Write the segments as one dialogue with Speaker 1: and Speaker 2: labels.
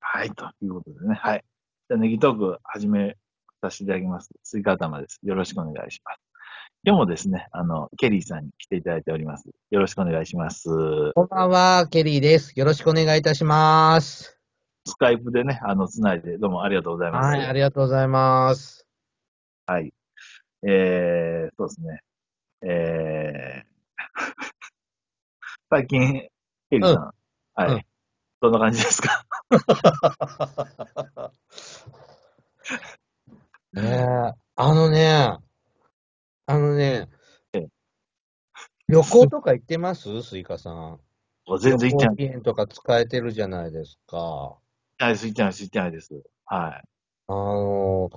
Speaker 1: はい、ということでね。はい。じゃあ、ネギトーク始めさせていただきます。スイカ頭です。よろしくお願いします。今日もですね、あの、ケリーさんに来ていただいております。よろしくお願いします。
Speaker 2: こんばんは、ケリーです。よろしくお願いいたします。
Speaker 1: スカイプでね、あの、つないで、どうもありがとうございます。
Speaker 2: はい、ありがとうございます。
Speaker 1: えー、そうですね。えー、 最近、ケリーさん、はい、
Speaker 2: うん
Speaker 1: どんな感じですか
Speaker 2: ねえ、あのね、あのね
Speaker 1: ええ、
Speaker 2: 旅行とか行ってますスイカさん。
Speaker 1: もう全然行ってない。行っ
Speaker 2: 旅行券とか使えてるじゃないですか。
Speaker 1: てないです、行ってないです、行ってないです。は
Speaker 2: あの、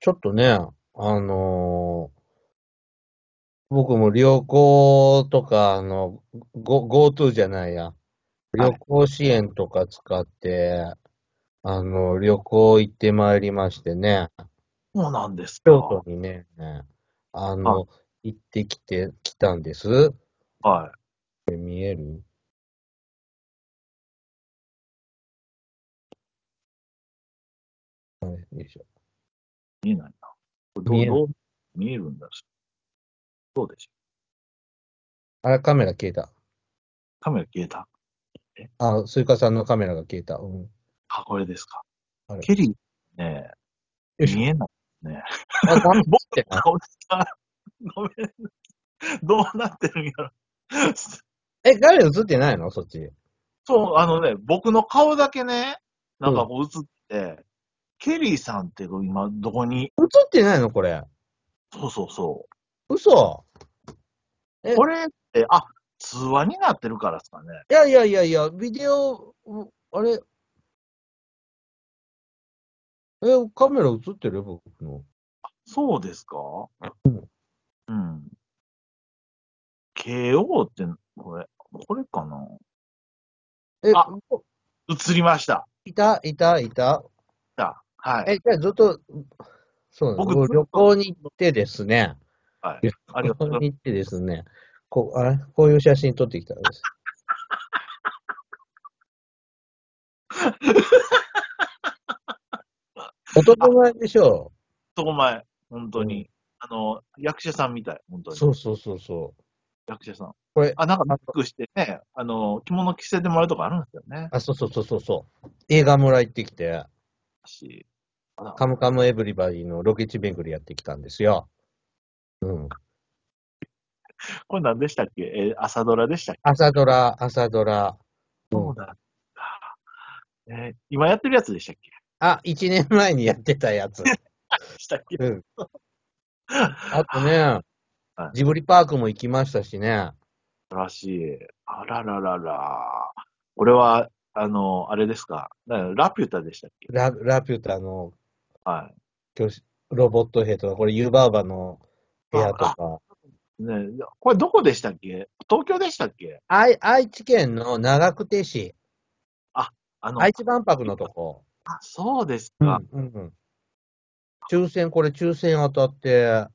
Speaker 2: ちょっとね、あの、僕も旅行とか、あの、ご GoTo じゃないや。旅行支援とか使って、あの、旅行行ってまいりましてね、
Speaker 1: い。そうなんですか。
Speaker 2: 京都にね、あの、行ってきて、きたんです。
Speaker 1: はい。
Speaker 2: これ見えるはいよいしょ。
Speaker 1: 見えないな。これどう
Speaker 2: 見えない
Speaker 1: どう見えるんだし。どうでしょう。
Speaker 2: あら、カメラ消えた。
Speaker 1: カメラ消えた。
Speaker 2: あ、スイカさんのカメラが消えた。うん。
Speaker 1: あ、これですか
Speaker 2: あ。れ
Speaker 1: ケリーね、
Speaker 2: よいしょ
Speaker 1: 見えない。
Speaker 2: あ、なんてな
Speaker 1: 顔した。 ごめん。どうなってるんやろ。
Speaker 2: え、誰映ってないのそっち。
Speaker 1: そう、あのね、僕の顔だけね、なんかこう映って、ケリーさんって今どこに、
Speaker 2: 映ってないのこれ。
Speaker 1: そうそうそ
Speaker 2: 嘘。
Speaker 1: う。
Speaker 2: え
Speaker 1: これって、あ、通話になってるからですかね。
Speaker 2: いやいやいやいや、ビデオ、うあれ。え、カメラ映ってる僕の。
Speaker 1: そうですかうん。KO って、これ、これかな
Speaker 2: え、
Speaker 1: あ映りました。
Speaker 2: いた、いた、いた。
Speaker 1: だはい。
Speaker 2: え、じゃあずっと、そう
Speaker 1: 僕
Speaker 2: 僕旅行に行ってですね。
Speaker 1: はい
Speaker 2: 旅
Speaker 1: ありがとうござ
Speaker 2: 行
Speaker 1: います。
Speaker 2: に行ってですね。こう、あれこういう写真撮ってきた んです。男前でしょ
Speaker 1: 男前、本当に。あの、役者さんみたい、本当に。
Speaker 2: そうそうそうそう。
Speaker 1: 役者さん。
Speaker 2: これ
Speaker 1: あ、なんかマスクしてね、あの、着物着せてもらうとかあるんですよね。
Speaker 2: あ、そうそうそうそうそう。映画村行ってきて、
Speaker 1: し、あら
Speaker 2: カムカムエブリバディのロケ地巡りやってきたんですよ。うん。
Speaker 1: これ何でしたっけえー朝ドラでしたっけ
Speaker 2: 朝ドラ、朝ドラ。うん
Speaker 1: そうだった。えー今やってるやつでしたっけ
Speaker 2: あ、一年前にやってたや つ。
Speaker 1: したっけ
Speaker 2: うん。あとね、ジブリパークも行きましたしね。
Speaker 1: 素晴らしい。あらららら。これは、あの、あれですか。だからラピュタでしたっけ
Speaker 2: ララピュタの
Speaker 1: は
Speaker 2: 教師ロボット兵とか、これユーバーバの部屋とか。
Speaker 1: い。ね、これどこでしたっけ東京でしたっけ
Speaker 2: 愛愛知県の長久手市、
Speaker 1: あの、
Speaker 2: 愛知万博のとこ。
Speaker 1: あそうです
Speaker 2: うん
Speaker 1: か。
Speaker 2: うんうん、抽選、これ抽選当たって、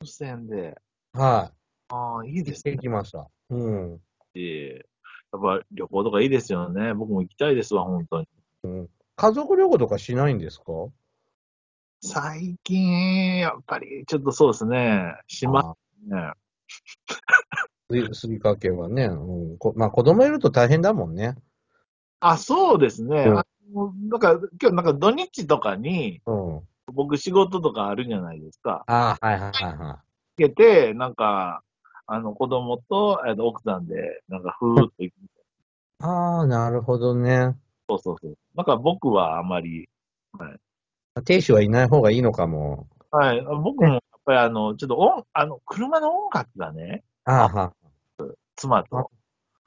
Speaker 1: 無線で。
Speaker 2: は
Speaker 1: ああ、いい
Speaker 2: い、
Speaker 1: で
Speaker 2: 行っ
Speaker 1: す
Speaker 2: て
Speaker 1: ね。
Speaker 2: きました。うん。
Speaker 1: やっぱ旅行とかいいですよね。僕も行きたいですわ、本当に。
Speaker 2: 家族旅行とかしないんですか
Speaker 1: 最近、やっぱり、ちょっとそうですね。しますね。
Speaker 2: すすりかけはね、うんこまあ、子供いると大変だもんね。
Speaker 1: あ、そうですね。
Speaker 2: うん
Speaker 1: あのなんか、今日なんか土日とかに、
Speaker 2: うん、
Speaker 1: 僕仕事とかあるじゃないですか。
Speaker 2: ああ、はいはいはいはい。
Speaker 1: つけて、なんか、あの、子供と、えっと、奥さんで、なんか、ふーっと行く。
Speaker 2: ああ、なるほどね。
Speaker 1: そうそうそう。なんか僕はあまり、はい。
Speaker 2: 亭主はいない方がいいのかも。
Speaker 1: はい。僕も、やっぱりあの、ちょっと音、あの、車の音楽がね、
Speaker 2: ああ、は
Speaker 1: 妻と。やっ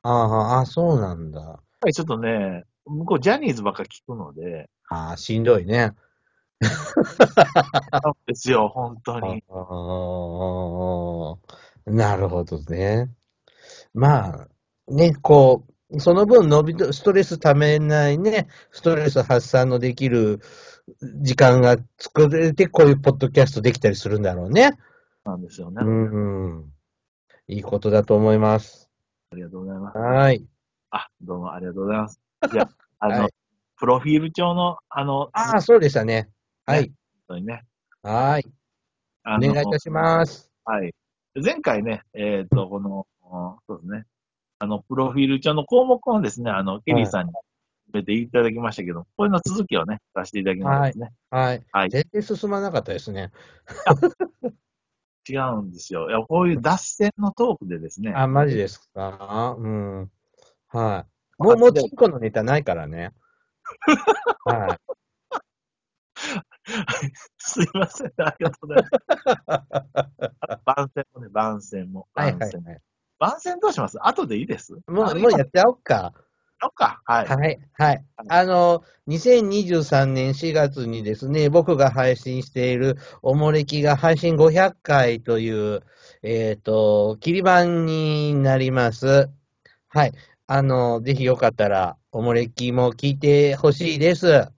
Speaker 2: ああ、あそうなんだ。
Speaker 1: ぱりちょっとね、向こうジャニーズばっか聞くので、
Speaker 2: ああ、しんどいね。
Speaker 1: なんですよ、本当
Speaker 2: ああ
Speaker 1: に。、
Speaker 2: なるほどね。まあ、ね、こう、その分伸びと、ストレスためないね、ストレス発散のできる時間が作れて、こういうポッドキャストできたりするんだろうね。
Speaker 1: なんですよね。
Speaker 2: うん。いいことだと思います。
Speaker 1: ありがとうございます。
Speaker 2: はい。
Speaker 1: あ、どうもありがとうございます。じゃあ、あの、
Speaker 2: はい
Speaker 1: プロフィール帳の、あの、
Speaker 2: ああ、そうでしたね。はい。
Speaker 1: にね、
Speaker 2: はーい。
Speaker 1: あ
Speaker 2: お
Speaker 1: の
Speaker 2: 願いいたします。
Speaker 1: はい。前回ね、えっ、と、この、おそうですね、あの、プロフィール帳の項目をですね、あの、ケリーさんに決めていただきましたけど、これの続きをね、させていただきますね。
Speaker 2: はい。
Speaker 1: はい
Speaker 2: 全然進まなかったですね。
Speaker 1: 違うんですよ。いや、こういう脱線のトークでですね、
Speaker 2: あ、マジですかうん。はい。もう、もう、チンコのネタないからね。 はい。
Speaker 1: すいません、ありがとうございます。番宣もね、番宣も。番
Speaker 2: はい
Speaker 1: 宣。
Speaker 2: はいはい。
Speaker 1: 番宣どうします後でいいです。
Speaker 2: も
Speaker 1: あ
Speaker 2: う、もうやっちゃおうか。
Speaker 1: そっか。はい。
Speaker 2: はい、はい。あの、2023年4月にですね、僕が配信しているおもれきが配信500回という、えっ、と、切り版になります。はい。あの、ぜひよかったら、おもれきも聞いてほしいです。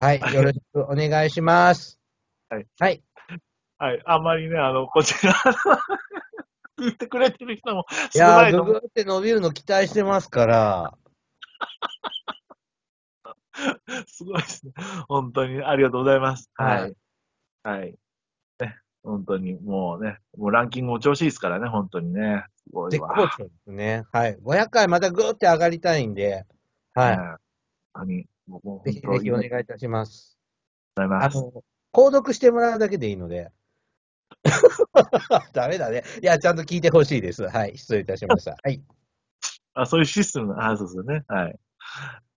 Speaker 2: はい。 よろしくお願いします。
Speaker 1: はい。
Speaker 2: はい。
Speaker 1: はい。あんまりね、あの、こちら、 聞いてくれてる人も
Speaker 2: い
Speaker 1: 少
Speaker 2: や
Speaker 1: ない
Speaker 2: ー、
Speaker 1: と
Speaker 2: グ
Speaker 1: 思う
Speaker 2: グって伸びるの期待してますから。
Speaker 1: すごいですね。本当にありがとうございます。は
Speaker 2: はいい。
Speaker 1: はい。ね、本当にもうね、もうランキングも調子いいですからね、本当にね。すごい
Speaker 2: 絶
Speaker 1: わ。
Speaker 2: 好調ですね。はい。500回またグーって上がりたいんで、はい。
Speaker 1: ね本当に、僕も
Speaker 2: ぜ
Speaker 1: 本
Speaker 2: ひぜ
Speaker 1: 当にあり
Speaker 2: ひ
Speaker 1: が
Speaker 2: お
Speaker 1: とう
Speaker 2: 願いいたします。
Speaker 1: ござい
Speaker 2: あ
Speaker 1: ます。
Speaker 2: の、購読してもらうだけでいいので。 ダメだね。いや、ちゃんと聞いてほしいです。はい。失礼いたしました。はい。
Speaker 1: あ、そういうシステムな、あ、そうですよね。はい。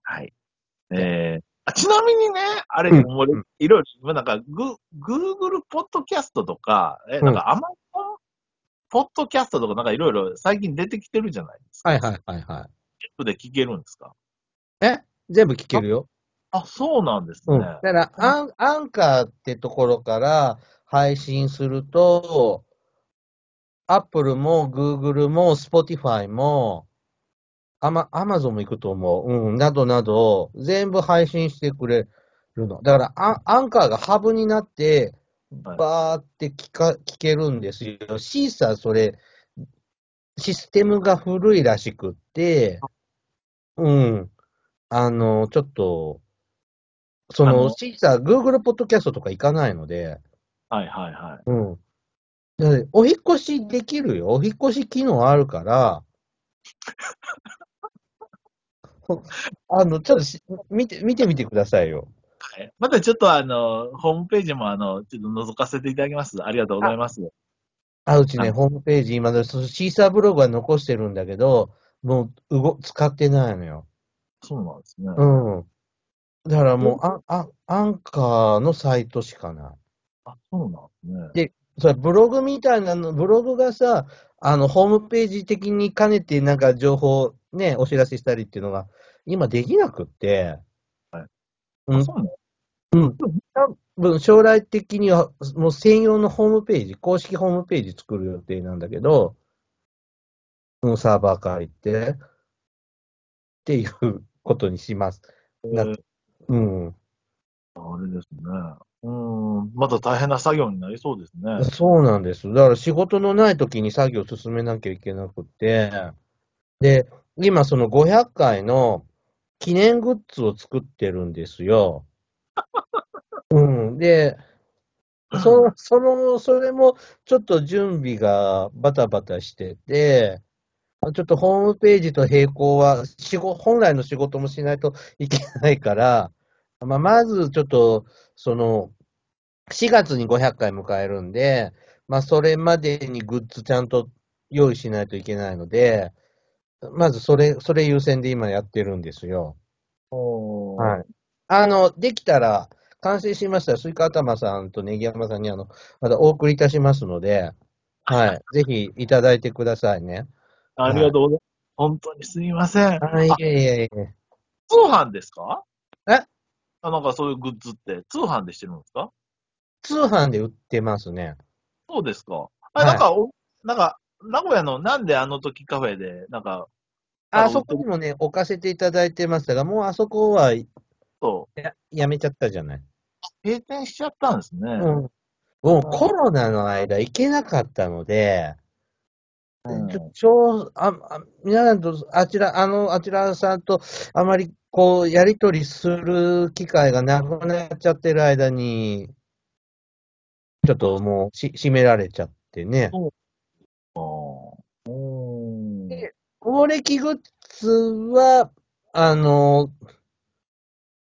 Speaker 1: はい。えー、あちなみにね、あれ、
Speaker 2: うん
Speaker 1: もう俺
Speaker 2: うん
Speaker 1: いろいろ、なんか、グ、Google ポッドキャストとか、え、
Speaker 2: うん
Speaker 1: なんか Amazon ポッドキャストとか、なんかいろいろ最近出てきてるじゃないですか。
Speaker 2: はいはいはいは
Speaker 1: 全部で聞けるんですか
Speaker 2: い。え全部聞けるよ。
Speaker 1: あ、そうなんですね。
Speaker 2: うん。だからアン、アンカーってところから配信すると、アップルも Google も Spotify も、アマ、アマゾンも行くと思う。うん、などなど、全部配信してくれるの。だからアン、アンカーがハブになっ
Speaker 1: は
Speaker 2: て、
Speaker 1: い
Speaker 2: バーって聞か、聞けるんですよ。シーサーそれ、システムが古いらしくって、うん。あの、ちょっと、そ
Speaker 1: あの
Speaker 2: の、シーサー、Google ポッドキャストとか行かないので、
Speaker 1: はいはいはい。
Speaker 2: うん。だからお引っ越しできるよ。お引っ越し機能あるから、 あの、ちょっとし見て、見てみてくださいよ。
Speaker 1: はいまたちょっとあの、ホームページもあの、ちょっと覗かせていただきます。ありがとうございます。
Speaker 2: あうちね、
Speaker 1: あ
Speaker 2: ホームページ、今だ、そのシーサーブログは残してるんだけど、もう、うご、使ってないのよ。
Speaker 1: そうなんですね。
Speaker 2: うん。だからもう、あ、あ、アンカーのサイトしかない。
Speaker 1: あ、そうなんですね。
Speaker 2: それブログみたいなの、ブログがさ、あの、ホームページ的に兼ねて、なんか情報、ね、お知らせしたりっていうのが、今できなくって、うん
Speaker 1: あ、そうなんです
Speaker 2: 多分将来的には、もう専用のホームページ、公式ホームページ作る予定なんだけど、そのサーバー借りて、っていうことにします。
Speaker 1: ね
Speaker 2: なうん。
Speaker 1: あれですね。うーん、また大変な作業になりそうですね。
Speaker 2: そうなんです。だから仕事のない時に作業を進めなきゃいけなくて、で、今その500回の記念グッズを作ってるんですよ。うん。で、その、その、それも、ちょっと準備がバタバタしてて、ちょっとホームページと並行は、仕事、本来の仕事もしないといけないから、まあ、まずちょっと、その、4月に500回迎えるんで、まあ、それまでにグッズちゃんと用意しないといけないので、まずそれ、それ優先で今やってるんですよ。
Speaker 1: おー
Speaker 2: はい。あの、できたら、完成しましたら、スイカ頭さんとネギ山さんに、あの、またお送りいたしますので、はい。ぜひ、いただいてくださいね。
Speaker 1: ありがとうございます。本当にすみません。
Speaker 2: はい、いえいえいえ。
Speaker 1: 通販ですか
Speaker 2: え
Speaker 1: あなんかそういうグッズって通販でしてるんですか
Speaker 2: 通販で売ってますね。
Speaker 1: そうですか。
Speaker 2: は
Speaker 1: あ
Speaker 2: い
Speaker 1: なんかお、なんか、名古屋のなんであの時カフェで、なんか、あ
Speaker 2: あ
Speaker 1: の
Speaker 2: そこにもね、置かせていただいてましたが、もうあそこはや
Speaker 1: そう、
Speaker 2: やめちゃったじゃない。
Speaker 1: 閉店しちゃったんですね。
Speaker 2: うん。もうコロナの間行けなかったので、
Speaker 1: うん
Speaker 2: ちょ、ちょうあ、あ皆さんと、あちら、あの、あちらさんと、あまりこう、やりとりする機会がなくなっちゃってる間に、ちょっともうし、閉められちゃってね。
Speaker 1: あーおー
Speaker 2: 攻撃グッズは、あの、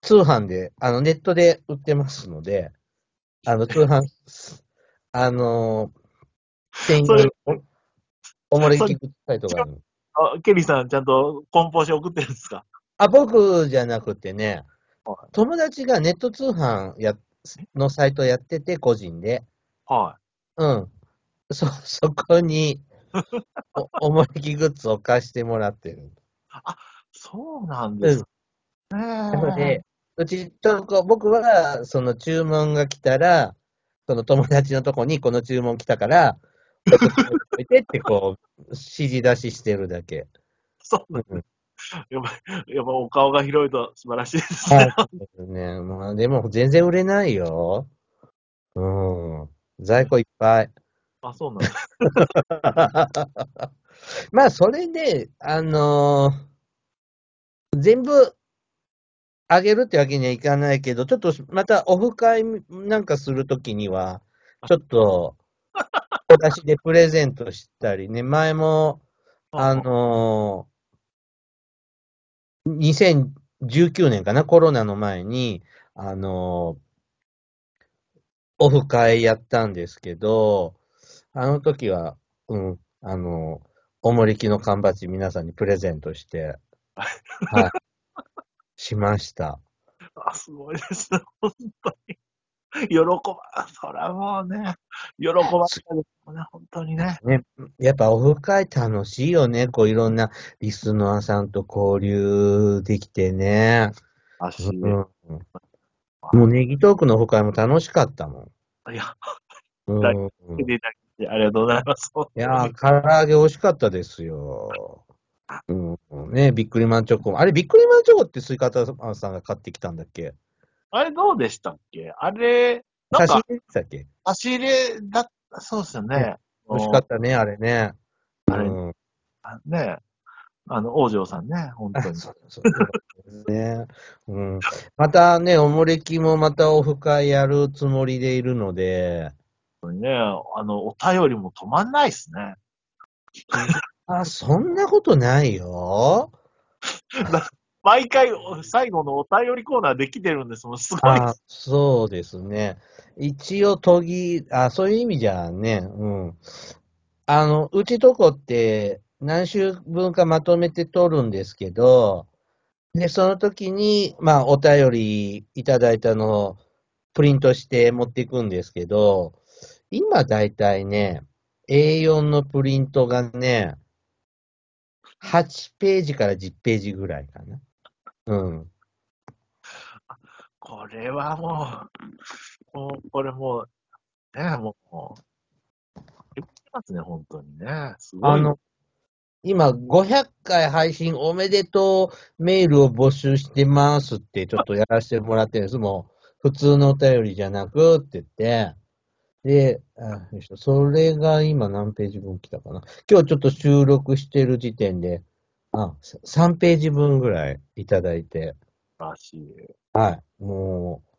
Speaker 2: 通販で、あの、ネットで売ってますので、あの、通販、 あの、専
Speaker 1: そ
Speaker 2: 用
Speaker 1: れ
Speaker 2: のおもれきグッズサイトがある。
Speaker 1: あ、ケリーさん、ちゃんと梱包して送ってるんですか
Speaker 2: あ、僕じゃなくてね
Speaker 1: は、
Speaker 2: 友達がネット通販や、のサイトやってて、個人で。
Speaker 1: は
Speaker 2: うん。そ、そ こに、お、おもれきグッズを貸してもらってる。
Speaker 1: い。そうなん
Speaker 2: う
Speaker 1: で
Speaker 2: ん
Speaker 1: す。。ねえ
Speaker 2: なので、うちとこ、僕は、その注文が来たら、その友達のとこにこの注文来たから、送っておいてってこう、指示出ししてるだけ。
Speaker 1: そう
Speaker 2: う
Speaker 1: なん
Speaker 2: ん。
Speaker 1: やっぱ、やっぱお顔が広いと素晴らしいですね。
Speaker 2: はい。ね、まあでも全然売れないよ。うん。在庫いっぱい。
Speaker 1: あ、そうなんです。
Speaker 2: まあ、それで、あのー全部あげるってわけにはいかないけど、ちょっとまたオフ会なんかするときには、ちょっと、私でプレゼントしたりね、前も、あのー2019年かな、コロナの前に、あのーオフ会やったんですけど、あの時は、うん、あのーおもりきの缶バッジ皆さんにプレゼントして、はい、しました。
Speaker 1: あ、すごいですね。本当に。喜ば、そらもうね、喜ばしいですね、本当にね。
Speaker 2: ね、やっぱオフ会楽しいよね。こういろんなリスナーさんと交流できてね。
Speaker 1: 足
Speaker 2: うん、
Speaker 1: 上。
Speaker 2: もうネギトークのオフ会も楽しかったも
Speaker 1: いや、
Speaker 2: ん。うん、
Speaker 1: 来ていただきありがとうございます。
Speaker 2: いやー、唐揚げ美味しかったですよ。うん、ねビックリマンチョコも。あれ、ビックリマンチョコってスイカタさんが買ってきたんだっけ
Speaker 1: あれどうでしたっけあれ、なん
Speaker 2: 差し
Speaker 1: か
Speaker 2: 入、れでしたっけ
Speaker 1: 足入れだった、そうですよね。
Speaker 2: 美味しか
Speaker 1: た。
Speaker 2: ったね、あれね。
Speaker 1: あれ
Speaker 2: うん
Speaker 1: ね、あの、王女さんね、本
Speaker 2: あ
Speaker 1: 当に。
Speaker 2: そうそうそう ね。うん。またね、おもれきもまたオフ会やるつもりでいるので、
Speaker 1: ね、あの、お便りも止まんないですね。
Speaker 2: あ、そんなことないよ。
Speaker 1: 毎回、お最後のお便りコーナーできてるんですもん、すごい。
Speaker 2: あ、そうですね。一応都議、あ、そういう意味じゃね、うん。あの、うちとこって何週分かまとめて取るんですけど、で、その時に、まあ、お便りいただいたのをプリントして持っていくんですけど、今だいたいね、A4 のプリントがね、8ページから10ページぐらいかな。うん。
Speaker 1: これはもう、もうこれもう、ね、もう、もう、いっぱいありますね、本当にね。すご
Speaker 2: あ
Speaker 1: い。
Speaker 2: の、今、500回配信おめでとうメールを募集してますって、ちょっとやらせてもらってるんです。もう、普通のお便りじゃなくって言って。で、あよいしょそれが今何ページ分来たかな。今日ちょっと収録してる時点で、あ、3ページ分ぐらいいただいて。
Speaker 1: らしい。
Speaker 2: はい。もう、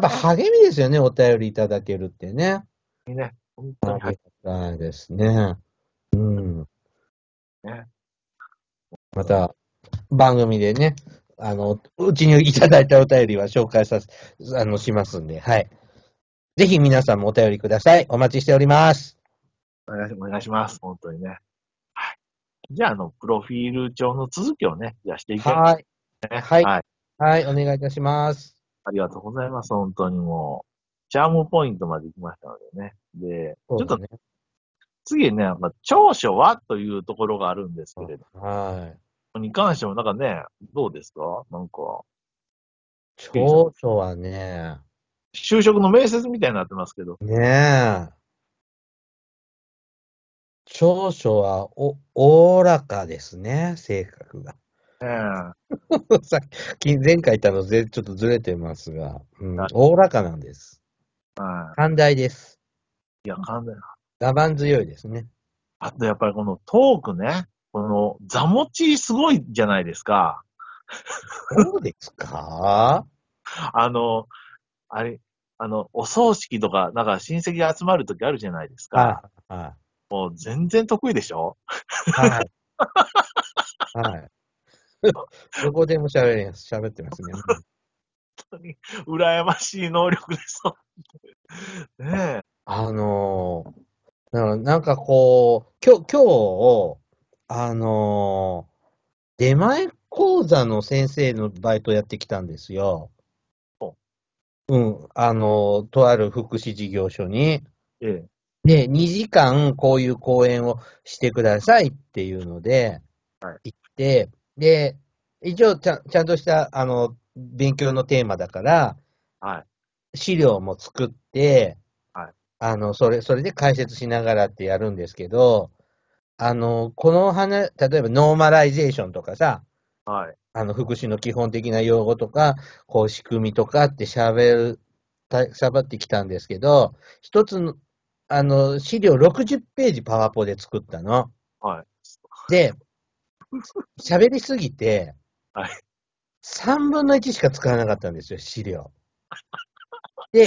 Speaker 2: やっぱ励みですよね、お便りいただけるってね。
Speaker 1: 本当に入っ
Speaker 2: はいですね。うん。
Speaker 1: てね。
Speaker 2: また、番組でね、あの、うちにいただいたお便りは紹介させ、あの、しますんで、はい。ぜひ皆さんもお便りください。お待ちしております。
Speaker 1: お願いお願いします、本当にね。はい。じゃあ、あの、プロフィール帳の続きをね、じゃあしていきま
Speaker 2: はい。
Speaker 1: すね。
Speaker 2: はい
Speaker 1: はい。
Speaker 2: はい、お願いいたします。
Speaker 1: ありがとうございます、本当にもう。チャームポイントまで来ましたのでね。で、ちょ
Speaker 2: そ
Speaker 1: っ
Speaker 2: う
Speaker 1: と
Speaker 2: だね。
Speaker 1: 次ね、まあ、長所はというところがあるんですけれど、
Speaker 2: はい。
Speaker 1: ここに関してもなんかね、どうですかなんか、
Speaker 2: 長所はね、
Speaker 1: 就職の面接みたいになってますけど、
Speaker 2: ねえ。長所は、お、おおらかですね、性格が。
Speaker 1: ねえ
Speaker 2: さっき、 前回言ったのぜ、ちょっとずれてますが、うん、おおらかなんです。
Speaker 1: は
Speaker 2: 寛大です。
Speaker 1: い。いや、完全
Speaker 2: 我慢強いですね。
Speaker 1: あとやっぱりこのトークね、この座持ちすごいじゃないですか。
Speaker 2: そうですか
Speaker 1: あの、あれ、あの、お葬式とか、なんか親戚が集まるときあるじゃないですか。
Speaker 2: はい。は
Speaker 1: もう全然得意でしょ
Speaker 2: い。はい。はい。どこでも喋ります喋ってますね。
Speaker 1: 本当に羨ましい能力です。本当にねえ。
Speaker 2: あのーだからなんかこう、今日、今日、あのー出前講座の先生のバイトやってきたんですよ
Speaker 1: ほ。
Speaker 2: うん、あのーとある福祉事業所に。
Speaker 1: ええ。
Speaker 2: で、2時間こういう講演をしてくださいっていうので、
Speaker 1: は
Speaker 2: 行って、で、一応ちゃんちゃんとした、あの、勉強のテーマだから、
Speaker 1: はい。
Speaker 2: 資料も作って、
Speaker 1: はい
Speaker 2: あの、それ、それで解説しながらってやるんですけど、あの、この話、例えばノーマライゼーションとかさ、
Speaker 1: はい。
Speaker 2: あの、福祉の基本的な用語とか、こう、仕組みとかって喋る、た喋ってきたんですけど、一つの、あの、資料60ページパワポで作ったの。
Speaker 1: はい。
Speaker 2: で、喋りすぎて、
Speaker 1: はい
Speaker 2: 3分の1しか使わなかったんですよ、資料。で、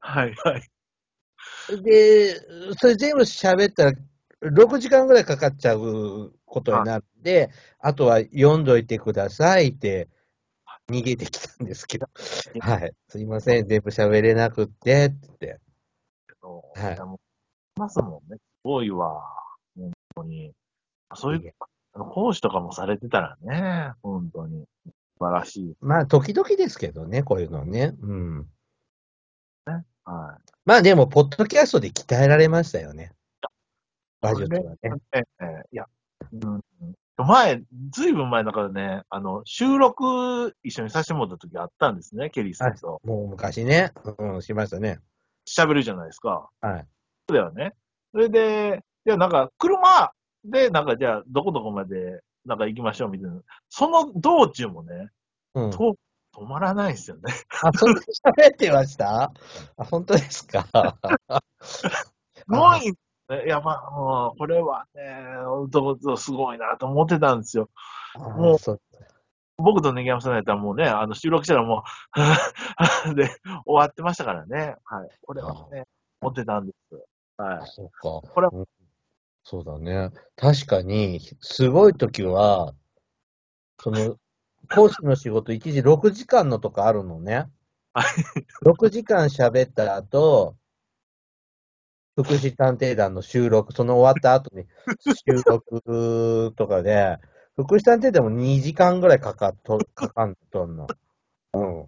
Speaker 1: はい。はい。
Speaker 2: で、それ全部喋ったら、6時間ぐらいかかっちゃうことになって、あとは読んどいてくださいって逃げてきたんですけど、はい、すいません、全部喋れなくって、って。
Speaker 1: あの
Speaker 2: はい
Speaker 1: いやもういますもんね。すごいわ。本当に。そういう、あの講師とかもされてたらね、本当に。素晴らしい。
Speaker 2: まあ、時々ですけどね、こういうのね。うん。
Speaker 1: は
Speaker 2: まあ、でも、ポッドキャストで鍛えられましたよね。馬術はね。
Speaker 1: い。ええ、いや、うん。前、ずいぶん前だからね、あの、収録一緒にさせてもらった時あったんですね、ケリーさんと。
Speaker 2: もう昔ね。うん、しましたね。
Speaker 1: 喋るじゃないですか。
Speaker 2: はい。
Speaker 1: そうだよね。それで、いや、なんか、車で、なんか、じゃあ、どこどこまで、なんか行きましょう、みたいな。その道中もね、
Speaker 2: うん。
Speaker 1: と止まらないですよ ね。
Speaker 2: あ、そんな喋ってましたあ、本当ですか
Speaker 1: すごい、 いや、まあ、もうこれはね、本当すごいなと思ってたんですよ。も
Speaker 2: も
Speaker 1: う
Speaker 2: う、そう
Speaker 1: 僕とネギ山さんやったらもうね、あの収録したらもう、 で、終わってましたからね。はい。これはね、思ってたんです。は
Speaker 2: あ
Speaker 1: い。
Speaker 2: そうか。
Speaker 1: これ
Speaker 2: うんそうだね。確かに、すごい時は、その、講師の仕事、一時6時間のとかあるのね。
Speaker 1: は
Speaker 2: 6時間喋った後、福祉探偵団の収録、その終わった後に収録とかで、福祉探偵団も2時間ぐらいかかっと、かかんとんの。うん。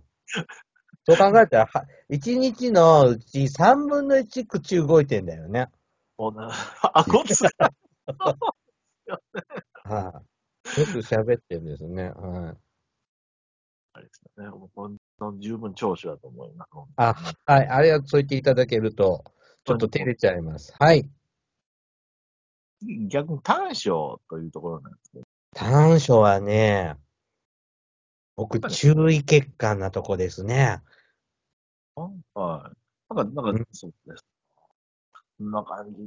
Speaker 2: そう考えたら、は1日のうち3分の1口動いてんだよね。
Speaker 1: もうな、 あ、こつ、
Speaker 2: はい。よく喋ってるんですね。はい。
Speaker 1: あれですよね。 もう本当に十分長所だと思います。
Speaker 2: あ、はい。あれはそう言っていただけると、ちょっと照れちゃいます。はい。
Speaker 1: 逆に短所というところなんですけど、
Speaker 2: 短所はね、僕、注意欠陥なとこですね。
Speaker 1: はい。なんか、なん
Speaker 2: うん
Speaker 1: か、そうです。そんな感じ、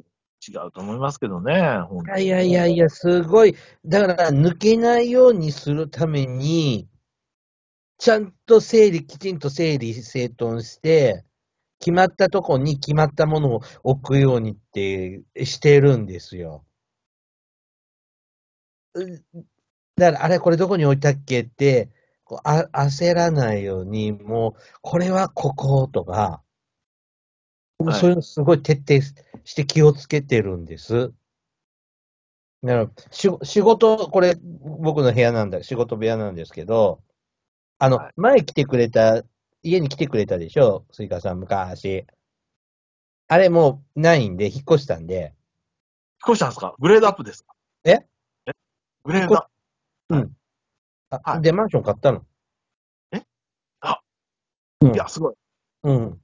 Speaker 1: 違うと思いますけどね、本
Speaker 2: いやいやいやいや、すごい。だから、抜けないようにするために、ちゃんと整理、きちんと整理整頓して、決まったとこに決まったものを置くようにってしてるんですよ。うだから、あれ、これどこに置いたっけって、こうあ焦らないように、もう、これはこことか、もう
Speaker 1: はい
Speaker 2: そういうのすごい徹底して気をつけてるんです。だからし仕事、これ、僕の部屋なんだ、仕事部屋なんですけど、あの
Speaker 1: はい、
Speaker 2: 前来てくれた、家に来てくれたでしょ、スイカさん、昔。あれ、もうないんで、引っ越したんで、
Speaker 1: 引っ越したんですかグレードアップですか
Speaker 2: え
Speaker 1: えグレードアップ。
Speaker 2: あ、
Speaker 1: はい
Speaker 2: で、マンション買ったの。
Speaker 1: えあ
Speaker 2: うん
Speaker 1: いや、すごい。
Speaker 2: うん。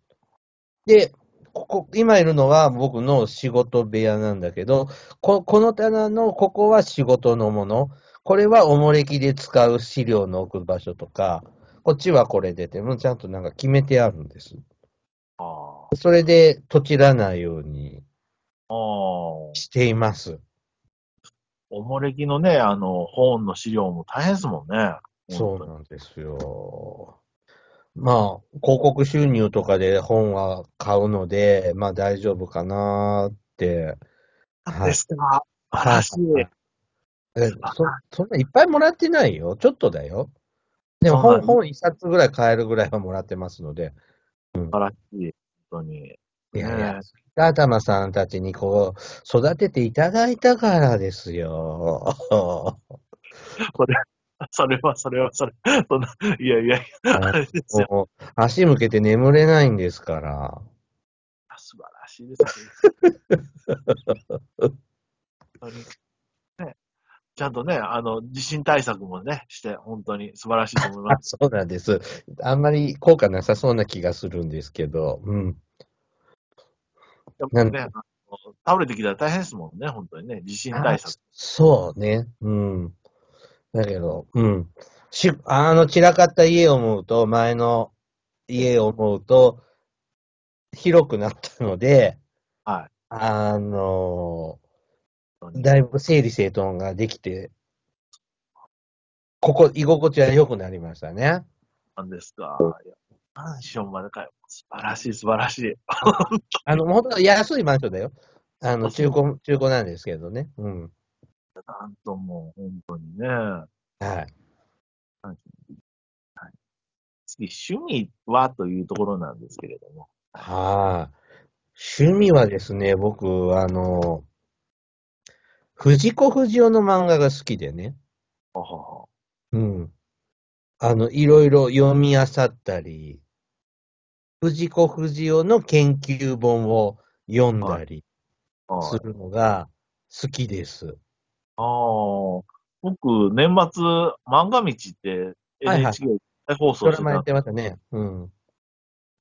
Speaker 2: で、ここ、今いるのは僕の仕事部屋なんだけど、こ、この棚の、ここは仕事のもの、これはおもれきで使う資料の置く場所とか、こっちはこれでって、もうちゃんとなんか決めてあるんです。
Speaker 1: ああ。
Speaker 2: それで、とちらないように
Speaker 1: ああ。
Speaker 2: しています。
Speaker 1: おもれきのね、あの、本の資料も大変ですもんね。
Speaker 2: そうなんですよ。まあ、広告収入とかで本は買うので、まあ大丈夫かなーって。
Speaker 1: なんですか。素晴らしい。
Speaker 2: えそそんないっぱいもらってないよ。ちょっとだよ。でも
Speaker 1: そうな
Speaker 2: 本、
Speaker 1: んだ
Speaker 2: 本一冊ぐらい買えるぐらいはもらってますので。
Speaker 1: 素晴らしい。本当に。
Speaker 2: いやい
Speaker 1: ね
Speaker 2: や、ガタマさんたちにこう、育てていただいたからですよ。
Speaker 1: これ、それは、それは、それ。 そんな、いやいやいや、あれですよ。
Speaker 2: もう足向けて眠れないんですから。
Speaker 1: 素晴らしいですね。 本当に。ね。ちゃんとね、あの、地震対策もね、して、本当に素晴らしいと思い
Speaker 2: あ
Speaker 1: ます。
Speaker 2: そうなんです。あんまり効果なさそうな気がするんですけど。うん。
Speaker 1: でも
Speaker 2: なん
Speaker 1: ね、あの倒れてきたら大変ですもんね、本当にね。地震対策。
Speaker 2: そうね。うん。だけど、うん。し、あの散らかった家を思うと、前の家を思うと、広くなったので、
Speaker 1: はい。
Speaker 2: あの
Speaker 1: 本当に
Speaker 2: だいぶ整理整頓ができて、ここ、居心地は良くなりましたね。
Speaker 1: なんですか。いやマンションまでかよ。素晴らしい、素晴らしい。
Speaker 2: あの、本当は安いマンションだよ。あの、中古、中古なんですけどね。うん。
Speaker 1: なんともう、本当にね。
Speaker 2: はい。
Speaker 1: 次、趣味はというところなんですけれども。
Speaker 2: はい。趣味はですね、僕、あの、藤子不二雄の漫画が好きでね。
Speaker 1: ほほほ
Speaker 2: うん。あの、いろいろ読み漁ったり、藤子不二雄の研究本を読んだり
Speaker 1: は
Speaker 2: す
Speaker 1: い
Speaker 2: るのが好きです。
Speaker 1: ああ、僕、年末、漫画道って
Speaker 2: はい
Speaker 1: NHK 再放
Speaker 2: ド
Speaker 1: 送して
Speaker 2: ラ
Speaker 1: た、
Speaker 2: マやってましたね。うん。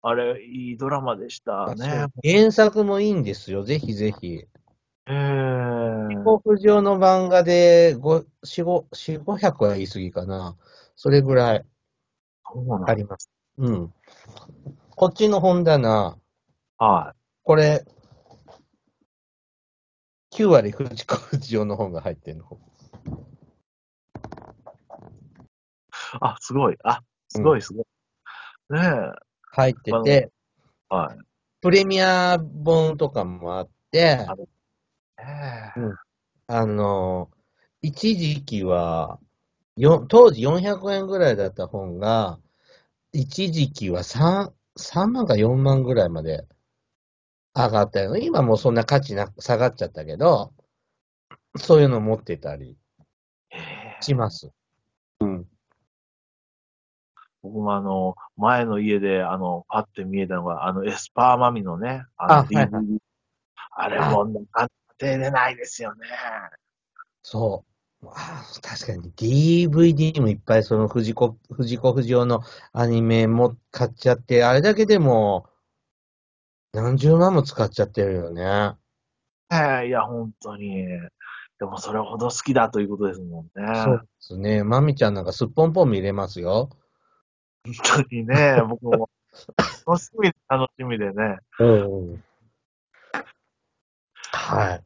Speaker 1: あれ、いいドラマでした
Speaker 2: あ
Speaker 1: ね。
Speaker 2: そう原作もいいんですよ。ぜひぜひ。
Speaker 1: ええ
Speaker 2: 広告上の漫画で5、4、5、4、500は言い過ぎかな。それぐらい
Speaker 1: そうなん
Speaker 2: あります。うん。こっちの本棚、
Speaker 1: は
Speaker 2: これ、9割藤子不二雄の本が入ってるの。
Speaker 1: い。あ、すごい。あ、すごい、すごい。ねえ。
Speaker 2: 入ってて、
Speaker 1: はい。
Speaker 2: プレミア本とかもあって、
Speaker 1: あええ
Speaker 2: あの、一時期は、よ当時400円ぐらいだった本が、一時期は 3, 3万か4万ぐらいまで上がったよね。今もうそんな価値なく下がっちゃったけど、そういうの持ってたり
Speaker 1: ええ
Speaker 2: します。うん。
Speaker 1: 僕もあの、前の家で、あの、パッて見えたのが、あの、エスパーマミのね、
Speaker 2: あ
Speaker 1: あの、
Speaker 2: はいはい
Speaker 1: DVD。あれも、なかなか手出ないですよね。
Speaker 2: そう。ああ、確かに DVD もいっぱいその藤子、藤子不二雄のアニメも買っちゃって、あれだけでも何十万も使っちゃってるよね。
Speaker 1: ええいや、本当に。でも、それほど好きだということですもんね。
Speaker 2: そうですね。まみちゃんなんかすっぽんぽん見れますよ。
Speaker 1: 本当にね、僕も、楽しみ、楽しみでね。
Speaker 2: うん。はい。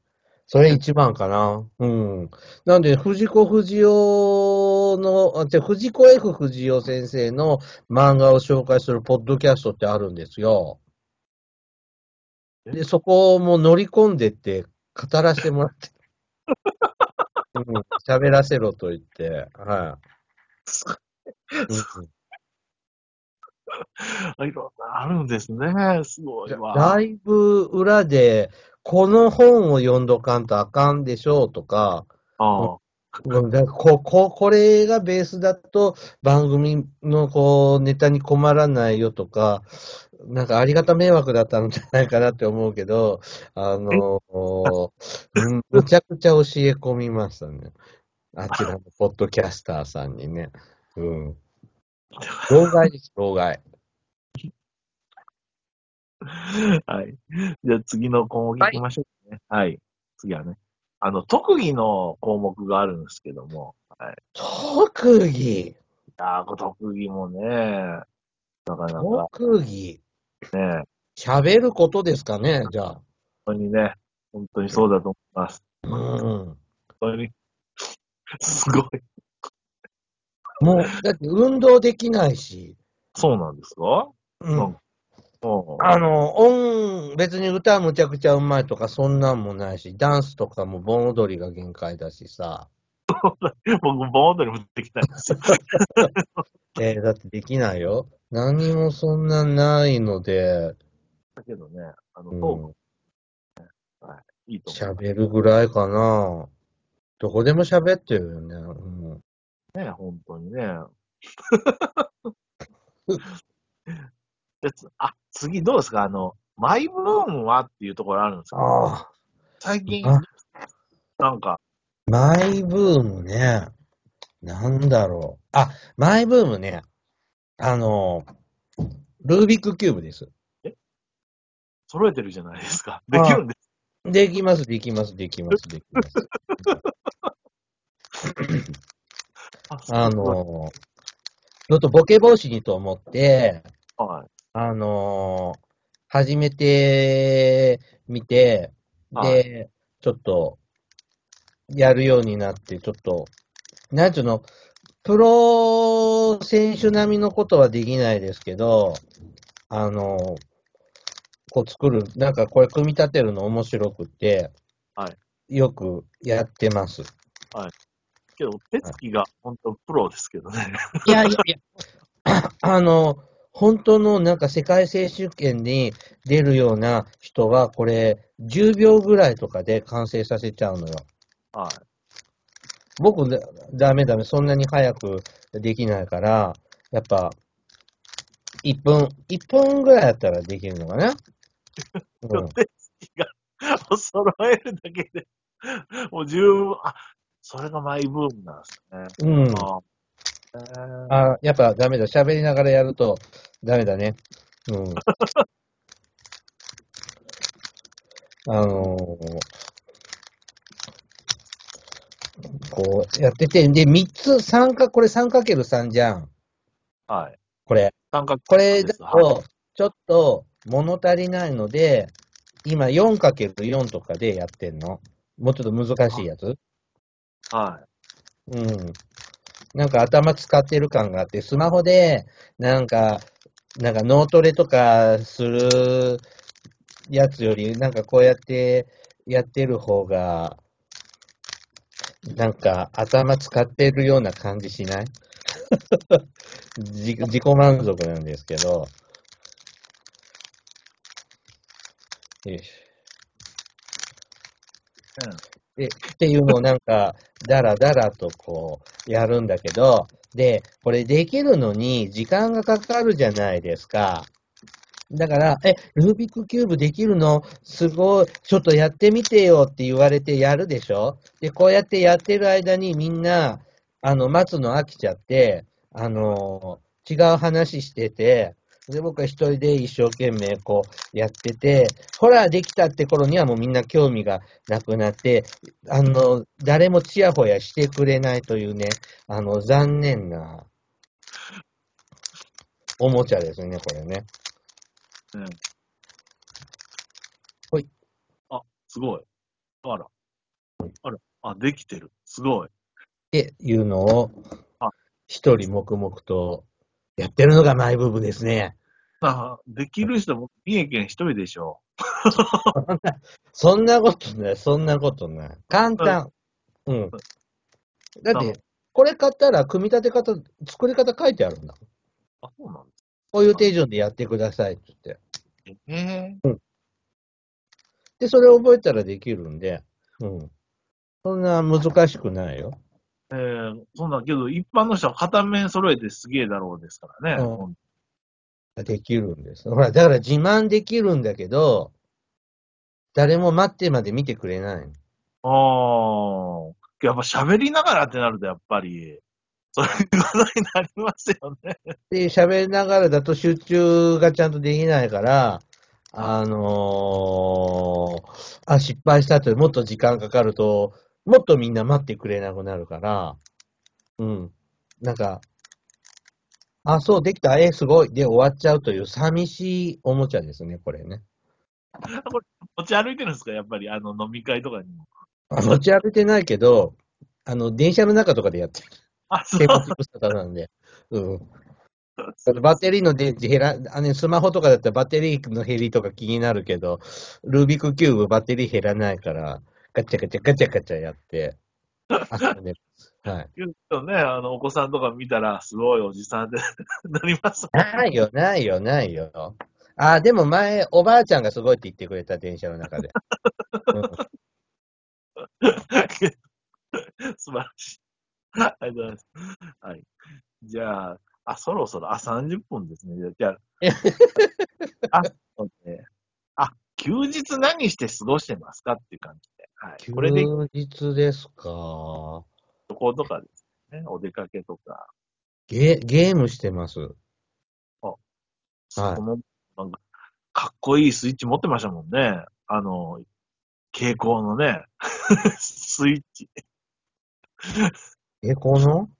Speaker 2: それ一番かな。うん。なんで、藤子不二雄の、あ、じゃ藤子 F 不二雄先生の漫画を紹介するポッドキャストってあるんですよ。で、そこをもう乗り込んでって、語らせてもら って。うん喋らせろと言って、はい。うん
Speaker 1: いろんな、あるんですね。すごいわ。
Speaker 2: だいぶ裏で、この本を読んどかんとあかんでしょうと か、
Speaker 1: あ
Speaker 2: うんだこここれがベースだと番組のこうネタに困らないよとか、なんかありがた迷惑だったんじゃないかなって思うけど、あの、 うんむちゃくちゃ教え込みましたね。あちらのポッドキャスターさんにね。うん。老害です、老害。
Speaker 1: あ。はい。じゃあ次の項目行きましょうね。はい。次はね。あの、特技の項目があるんですけども。はい。
Speaker 2: 特技
Speaker 1: ああ、特技もね、なかなかね、
Speaker 2: 特技
Speaker 1: 本
Speaker 2: 喋ることですかね、じゃあ。
Speaker 1: 当にね、本当にそうだと思います。
Speaker 2: うん。
Speaker 1: 本当に。すごい。
Speaker 2: もう、だって運動できないし、
Speaker 1: そうなんですかう
Speaker 2: う
Speaker 1: ん
Speaker 2: ん。
Speaker 1: うん
Speaker 2: あの、音、別に歌むちゃくちゃうまいとかそんなんもないし、ダンスとかも盆踊りが限界だしさ、
Speaker 1: 僕、盆踊り持ってきたんです よ。
Speaker 2: えーだってできないよ。何もそんなんないので、
Speaker 1: だけどね、あの、
Speaker 2: う
Speaker 1: トー
Speaker 2: ん
Speaker 1: ク、いいと思
Speaker 2: 喋るぐらいかな。どこでも喋ってるよね。うん
Speaker 1: うね、本当にね。 でつあ、次どうですかあの、マイブームはっていうところあるんですか
Speaker 2: ああ、
Speaker 1: 最近
Speaker 2: あ、
Speaker 1: なんか、
Speaker 2: マイブームね。なんだろう。あ、マイブームね。あの、ルービックキューブです。
Speaker 1: 揃えてるじゃないですか。できるんです
Speaker 2: できます、できます、できます、できます。
Speaker 1: か
Speaker 2: あ、の、ちょっとボケ防止にと思って、
Speaker 1: はい。
Speaker 2: あのー始めてみて、
Speaker 1: は
Speaker 2: で、ちょっと、やるようになって、ちょっと、なんちゅうの、プロ選手並みのことはできないですけど、あのーこう作る、なんかこれ組み立てるの面白くて、
Speaker 1: は
Speaker 2: よくやってます。
Speaker 1: けど、手つきが本当プロですけどね。
Speaker 2: いやいやいや、 あの、本当のなんか世界選手権に出るような人は、これ、10秒ぐらいとかで完成させちゃうのよ。
Speaker 1: はい。
Speaker 2: 僕、だダメダメ、そんなに早くできないから、やっぱ、1分、1分ぐらいだったらできるのか な。う
Speaker 1: ちょ
Speaker 2: ん
Speaker 1: っと手つきがお揃えるだけで、もう十分、あ、それがマイブームなんですね。
Speaker 2: うん。
Speaker 1: あえー
Speaker 2: あ、やっぱダメだ。喋りながらやるとダメだね。うん。 あのーこうやってて、で、3つ、3か、これ 3×3 じゃん。
Speaker 1: はい。
Speaker 2: これ。
Speaker 1: 三角
Speaker 2: これ
Speaker 1: で
Speaker 2: だ
Speaker 1: す。はい。
Speaker 2: と、ちょっと物足りないので、今 4×4 とかでやってんの。もうちょっと難しいやつ。
Speaker 1: はい
Speaker 2: うん。なんか頭使ってる感があって、スマホで、なんか、なんか脳トレとかするやつより、なんかこうやってやってる方が、なんか頭使ってるような感じしない 自自己満足なんですけど。よいしょで、っていうのをなんか、だらだらとこう、やるんだけど、で、これできるのに時間がかかるじゃないですか。だから、え、ルービックキューブできるのすごい、ちょっとやってみてよって言われてやるでしょで、こうやってやってる間にみんな、あの、待つの飽きちゃって、あの、違う話してて、で、僕は一人で一生懸命こうやってて、ほら、できたって頃にはもうみんな興味がなくなって、あの、誰もチヤホヤしてくれないというね、あの、残念な、おもちゃですね、これね。
Speaker 1: うん。うん。
Speaker 2: ほい。
Speaker 1: あ、すごい。あら。あら。あ、できてる。すごい。
Speaker 2: っていうのを
Speaker 1: あ、
Speaker 2: 一人黙々とやってるのがマイブームですね。
Speaker 1: あできる人も三重県一人でしょ。
Speaker 2: そんなことない、そんなことない。簡単。うん。だっ
Speaker 1: あの
Speaker 2: て、これ買ったら組み立て方、作り方書いてあるんだ。
Speaker 1: あ、そうなんです
Speaker 2: こういう手順でやってくださいって言って。
Speaker 1: ね。え
Speaker 2: で、それを覚えたらできるんで、うん。そんな難しくないよ。
Speaker 1: ー、えー、そんなんけど、一般の人は片面揃えてすげえだろうですからね。
Speaker 2: うん
Speaker 1: ほん
Speaker 2: できるんです。ほら、だから自慢できるんだけど、誰も待ってまで見てくれない。
Speaker 1: ああ、やっぱ喋りながらってなると、やっぱり、そういうことになりますよね。
Speaker 2: で、喋りながらだと集中がちゃんとできないから、あのーあ、失敗したってもっと時間かかると、もっとみんな待ってくれなくなるから、うん。なんか、あ、そう、できた、え、すごい。で、終わっちゃうという寂しいおもちゃですね、これね。
Speaker 1: 持ち歩いてるんですかやっぱり、あの、飲み会とかにも。
Speaker 2: あ持ち歩いてないけど、あの、電車の中とかでやってる。
Speaker 1: あ、そう
Speaker 2: 手持ち無沙汰なんで。うん。バッテリーの電池減ら、あのスマホとかだったらバッテリーの減りとか気になるけど、ルービックキューブバッテリー減らないから、ガチャガチャガチャガチャやって、遊んでます。はい。
Speaker 1: 言うとね、あの、お子さんとか見たら、すごいおじさんって なりますもん
Speaker 2: ないよ、ないよ、ないよ。あー、でも前、おばあちゃんがすごいって言ってくれた、電車の中で。うん
Speaker 1: 素晴らしい。ありがとうございます。はい。じゃあ、あ、そろそろ、あ、30分ですね。じゃ あ、あ、そうね。あ、休日何して過ごしてますかっていう感じで。はい。これで、
Speaker 2: 休日ですか。
Speaker 1: 旅行とかですね。お出かけとか。
Speaker 2: ゲ、ゲームしてます。はい
Speaker 1: その、なんか、かっこいいスイッチ持ってましたもんね。あの、蛍光のね、 スイッチ。
Speaker 2: え、この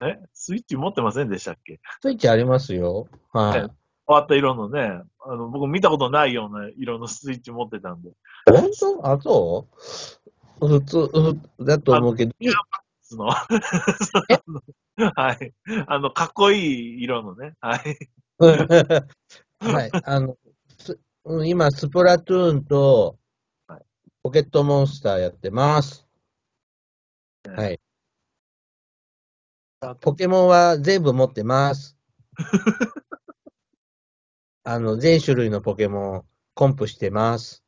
Speaker 1: えスイッチ持ってませんでしたっけ
Speaker 2: スイッチありますよ。はい。
Speaker 1: 変わった色のね、あの、僕見たことないような色のスイッチ持ってたんで。
Speaker 2: 本当あ、そう普通、ふだと思う けど、
Speaker 1: やその、 はい。あの、かっこいい色のね。はい。
Speaker 2: はい、あの、すうん今、スプラトゥーンと
Speaker 1: はい、
Speaker 2: ポケットモンスターやってます。
Speaker 1: ね
Speaker 2: はい。ポケモンは全部持ってます。 あの、全種類のポケモン、コンプしてます。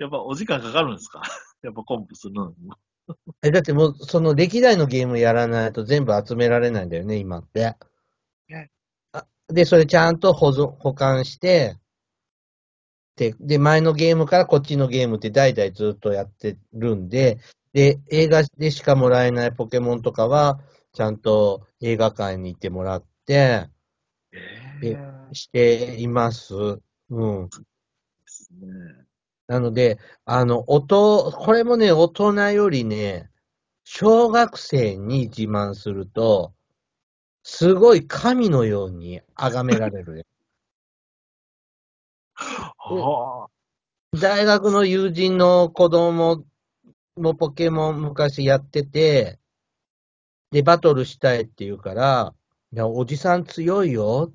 Speaker 1: やっぱお時間かかるんですか やっぱコンプするのにも。
Speaker 2: え、だってもう、その歴代のゲームやらないと全部集められないんだよね、今って
Speaker 1: ね。
Speaker 2: あで、それちゃんと保存、保管して、で、で、前のゲームからこっちのゲームって代々ずっとやってるんで、で、映画でしかもらえないポケモンとかは、ちゃんと映画館に行ってもらって、
Speaker 1: え
Speaker 2: えしています。うん。
Speaker 1: ですね。
Speaker 2: なので、あの、音、これもね、大人よりね、小学生に自慢すると、すごい神のように崇められるね。
Speaker 1: は
Speaker 2: 大学の友人の子供もポケモン昔やってて、で、バトルしたいって言うから、いや、おじさん強いよ。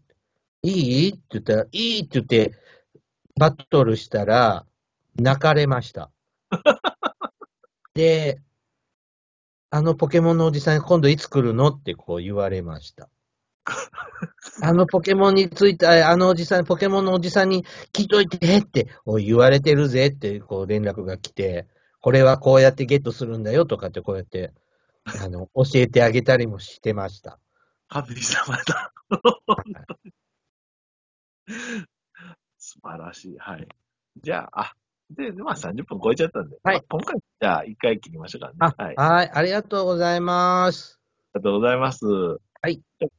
Speaker 2: いいって言ったら、いいって言って、バトルしたら、泣かれました。で、あのポケモンのおじさん、今度いつ来るのってこう言われました。あのポケモンについて、ああのおじさん、ポケモンのおじさんに聞いといてって、おい言われてるぜって、こう連絡が来て、これはこうやってゲットするんだよとかって、こうやって、あの、教えてあげたりもしてました。
Speaker 1: あ。神様だ。 素晴らしい。はい。じゃあ、あ、で、でまあ30分超えちゃったんで。
Speaker 2: はい
Speaker 1: まあ今回、じゃあ一回切りましょうかね。はい。あり
Speaker 2: はい、ありがとうございます。。
Speaker 1: がとうございます。はいじゃあ